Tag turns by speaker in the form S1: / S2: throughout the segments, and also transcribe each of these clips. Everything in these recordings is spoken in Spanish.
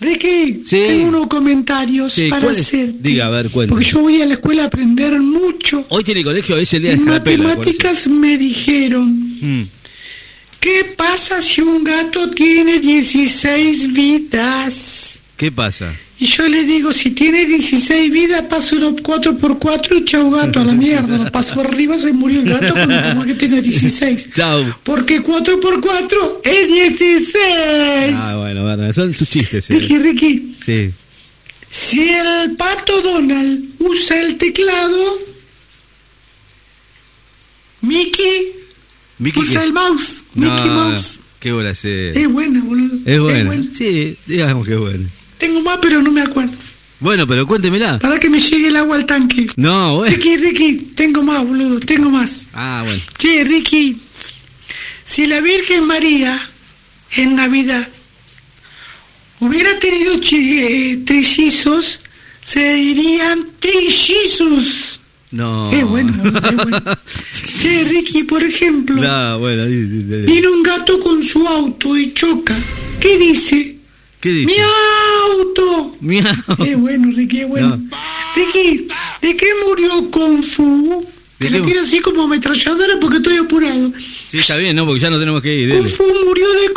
S1: Ricky,
S2: Sí.
S1: tengo unos comentarios
S2: Sí,
S1: para
S2: ¿cuál es?
S1: hacer.
S2: Diga, a ver, cuente.
S1: Porque yo voy a la escuela a aprender mucho.
S2: Hoy tiene colegio, hoy es el día de
S1: En
S2: Escarapela.
S1: matemáticas me dijeron,
S2: Mm.
S1: ¿qué pasa si un gato tiene 16 vidas?
S2: ¿Qué pasa?
S1: Y yo le digo, si tiene 16 vidas, pásalo 4 por 4 y chau gato a la mierda. Lo paso por arriba, se murió el gato cuando como que tiene 16.
S2: Chau.
S1: Porque 4 por 4 es 16.
S2: Ah, bueno, bueno, son sus chistes. eh.
S1: Ricky, Ricky.
S2: Sí.
S1: Si el pato Donald usa el teclado, Mickey
S2: Vicky,
S1: usa
S2: ¿qué-
S1: el mouse.
S2: No,
S1: Mickey Mouse.
S2: Qué bola es.
S1: Es buena, boludo.
S2: Es buena. Sí, digamos que es buena.
S1: Tengo más, pero no me acuerdo.
S2: Bueno, pero cuéntemela.
S1: Para que me llegue el agua al tanque.
S2: No, bueno.
S1: Ricky, Ricky, tengo más, boludo. Tengo más.
S2: Ah, bueno.
S1: Che, Ricky, si la Virgen María en Navidad hubiera tenido chi- eh, trillizos, se dirían trillizos.
S2: No.
S1: Es bueno, es bueno. Che, Ricky, por ejemplo,
S2: No, bueno. di- di- di- di.
S1: viene un gato con su auto y choca. ¿Qué dice?
S2: ¿Qué
S1: ¡Mi
S2: dice?
S1: auto!
S2: Miau.
S1: Es bueno, Ricky, es bueno.
S2: No.
S1: Ricky, ¿de qué murió Kung Fu?
S2: ¿De
S1: Te la
S2: qué?
S1: tiro así como ametralladora porque estoy apurado.
S2: Sí, está bien, ¿no? Porque ya no tenemos que ir.
S1: Kung
S2: dele.
S1: Fu murió de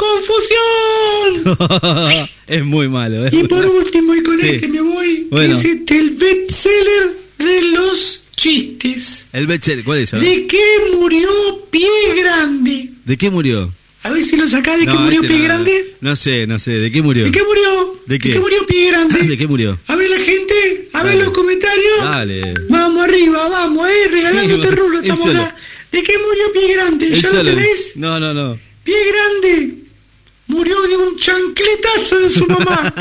S1: confusión.
S2: es muy malo. eh. es
S1: Y
S2: muy
S1: por
S2: malo.
S1: último, y con
S2: Sí.
S1: este me voy,
S2: Bueno.
S1: es este el bestseller de los chistes.
S2: El Becher, ¿cuál es? A ver.
S1: ¿De qué murió Pie Grande?
S2: ¿De qué murió?
S1: A ver si lo sacás de que murió
S2: este
S1: Pie
S2: no.
S1: Grande.
S2: No sé, no sé. ¿De qué murió?
S1: ¿De qué murió?
S2: ¿De qué? Ah,
S1: murió Pie Grande?
S2: ¿De qué murió?
S1: A ver la gente, a ver
S2: Dale.
S1: los comentarios.
S2: Dale.
S1: Vamos arriba, vamos, eh, regalándote
S2: Sí,
S1: rulo,
S2: él
S1: estamos
S2: solo.
S1: acá. ¿De qué murió Pie Grande?
S2: Él
S1: ¿Ya
S2: solo.
S1: lo tenés?
S2: No, no, no.
S1: Pie Grande murió de un chancletazo de su mamá.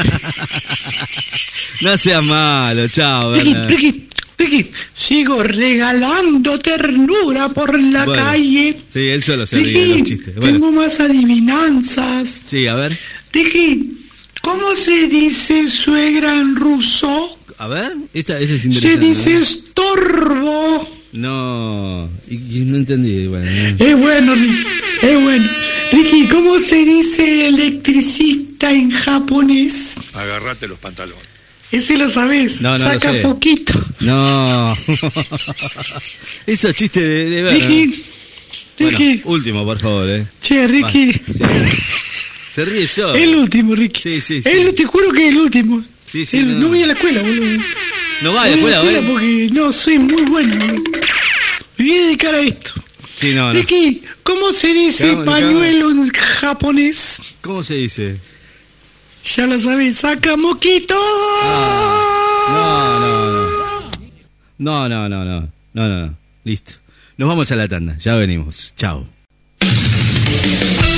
S2: No sea malo, chao,
S1: Ricky,
S2: Bernard.
S1: Ricky, Ricky, sigo regalando ternura por la
S2: Bueno,
S1: calle.
S2: Sí, él solo se ríe de los
S1: Ricky,
S2: chistes. Bueno,
S1: tengo más adivinanzas.
S2: sí, a ver.
S1: Ricky, ¿cómo se dice suegra en ruso?
S2: A ver, esta, esa es
S1: Se
S2: interesante.
S1: dice estorbo.
S2: No, y- y no entendí. Bueno, no.
S1: Es Eh, bueno, Ricky, es bueno. Ricky, ¿cómo se dice electricista en japonés?
S3: Agarrate los pantalones.
S1: Ese lo sabes.
S2: No, no lo
S1: Saca
S2: sé.
S1: foquito.
S2: No. Esos chistes de, de Bernard.
S1: Ricky,
S2: Bueno,
S1: Ricky.
S2: último, por favor, eh.
S1: che, Ricky.
S2: Va, sí. Se ríe solo.
S1: El último, Ricky.
S2: Sí, sí, sí.
S1: El- te juro que es el último.
S2: Sí, sí,
S1: El-
S2: no.
S1: no. voy a la escuela, boludo.
S2: No va a la
S1: No voy
S2: escuela, ¿eh?
S1: a la
S2: ¿vale?
S1: porque no soy muy bueno. boludo. Me voy a dedicar a esto.
S2: Sí, no, no.
S1: Ricky, ¿cómo se dice
S2: Cagamos,
S1: pañuelo en japonés?
S2: ¿Cómo se dice?
S1: Ya lo sabéis, saca moquito.
S2: Ah. No, no, no. No, no, no, no. No, no, no. Listo. Nos vamos a la tanda. Ya venimos. Chao.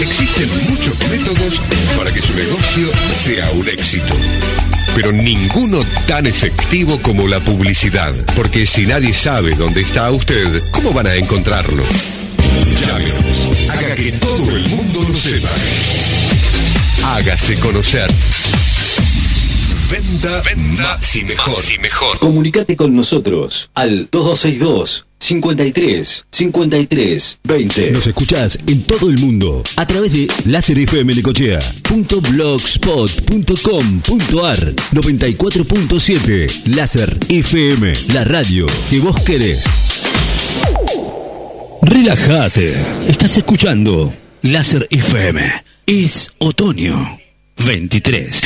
S3: Existen muchos métodos para que su negocio sea un éxito. Pero ninguno tan efectivo como la publicidad. Porque si nadie sabe dónde está usted, ¿cómo van a encontrarlo? Llámenos. Haga que todo el mundo lo sepa. Hágase conocer. Venda, venda, si mejor. Si mejor.
S4: Comunicate con nosotros al 2262 53 53 20.
S5: Nos escuchás en todo el mundo a través de láserfmnecochea.blogspot.com.ar 94.7 Láser FM, la radio que vos querés. Relájate, estás escuchando Láser FM. Es otoño 23.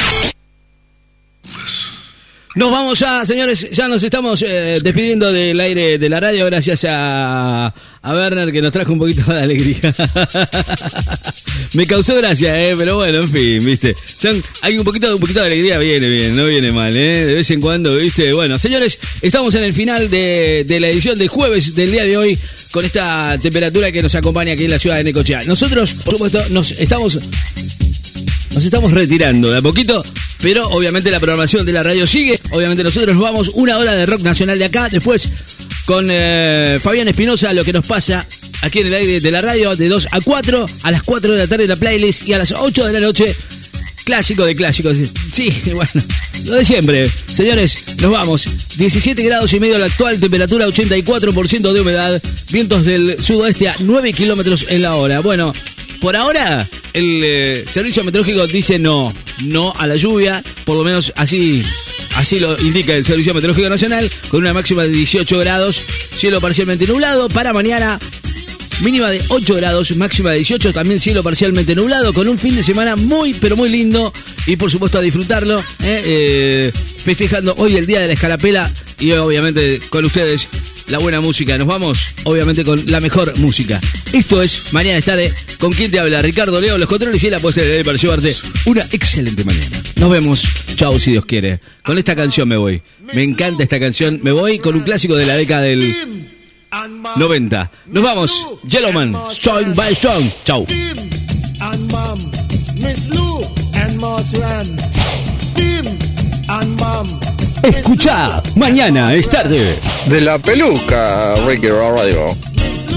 S2: Nos vamos ya, señores, ya nos estamos eh, despidiendo del aire de la radio gracias a, a Werner que nos trajo un poquito de alegría. Me causó gracia, eh, pero bueno, en fin, viste. Son- hay un poquito, un poquito de alegría, viene bien, no viene mal, eh, de vez en cuando, viste. Bueno, señores, estamos en el final de, de la edición de jueves del día de hoy con esta temperatura que nos acompaña aquí en la ciudad de Necochea. Nosotros, por supuesto, nos estamos nos estamos retirando de a poquito, pero obviamente la programación de la radio sigue. Obviamente nosotros nos vamos una hora de rock nacional de acá. Después con eh, Fabián Espinosa, lo que nos pasa aquí en el aire de la radio de 2 a 4, a las 4 de la tarde la playlist y a las 8 de la noche clásico de clásicos. Sí, bueno, lo de siempre. Señores, nos vamos. 17 grados y medio la actual temperatura, 84% de humedad, vientos del sudoeste a 9 kilómetros en la hora. Bueno, por ahora el eh, servicio meteorológico dice no, no a la lluvia, por lo menos así, así lo indica el Servicio Meteorológico Nacional, con una máxima de 18 grados, cielo parcialmente nublado. Para mañana, mínima de 8 grados, máxima de 18, también cielo parcialmente nublado, con un fin de semana muy, pero muy lindo. Y por supuesto a disfrutarlo, eh, eh, festejando hoy el Día de la Escarapela y obviamente con ustedes la buena música. Nos vamos, obviamente, con la mejor música. Esto es Mañana es tarde. ¿Con quién te habla? Ricardo Leo, los controles y la puesta de para llevarte una excelente mañana. Nos vemos. Chao, si Dios quiere. Con esta canción me voy. Me encanta esta canción. Me voy con un clásico de la década del 90. Nos vamos. Yellowman, Strong by Strong. Chao.
S6: and mom, Miss Lou and Moss Ran. Bim and mom,
S2: Escucha, mañana es tarde.
S7: De la peluca, Ricky Radio.
S6: Miss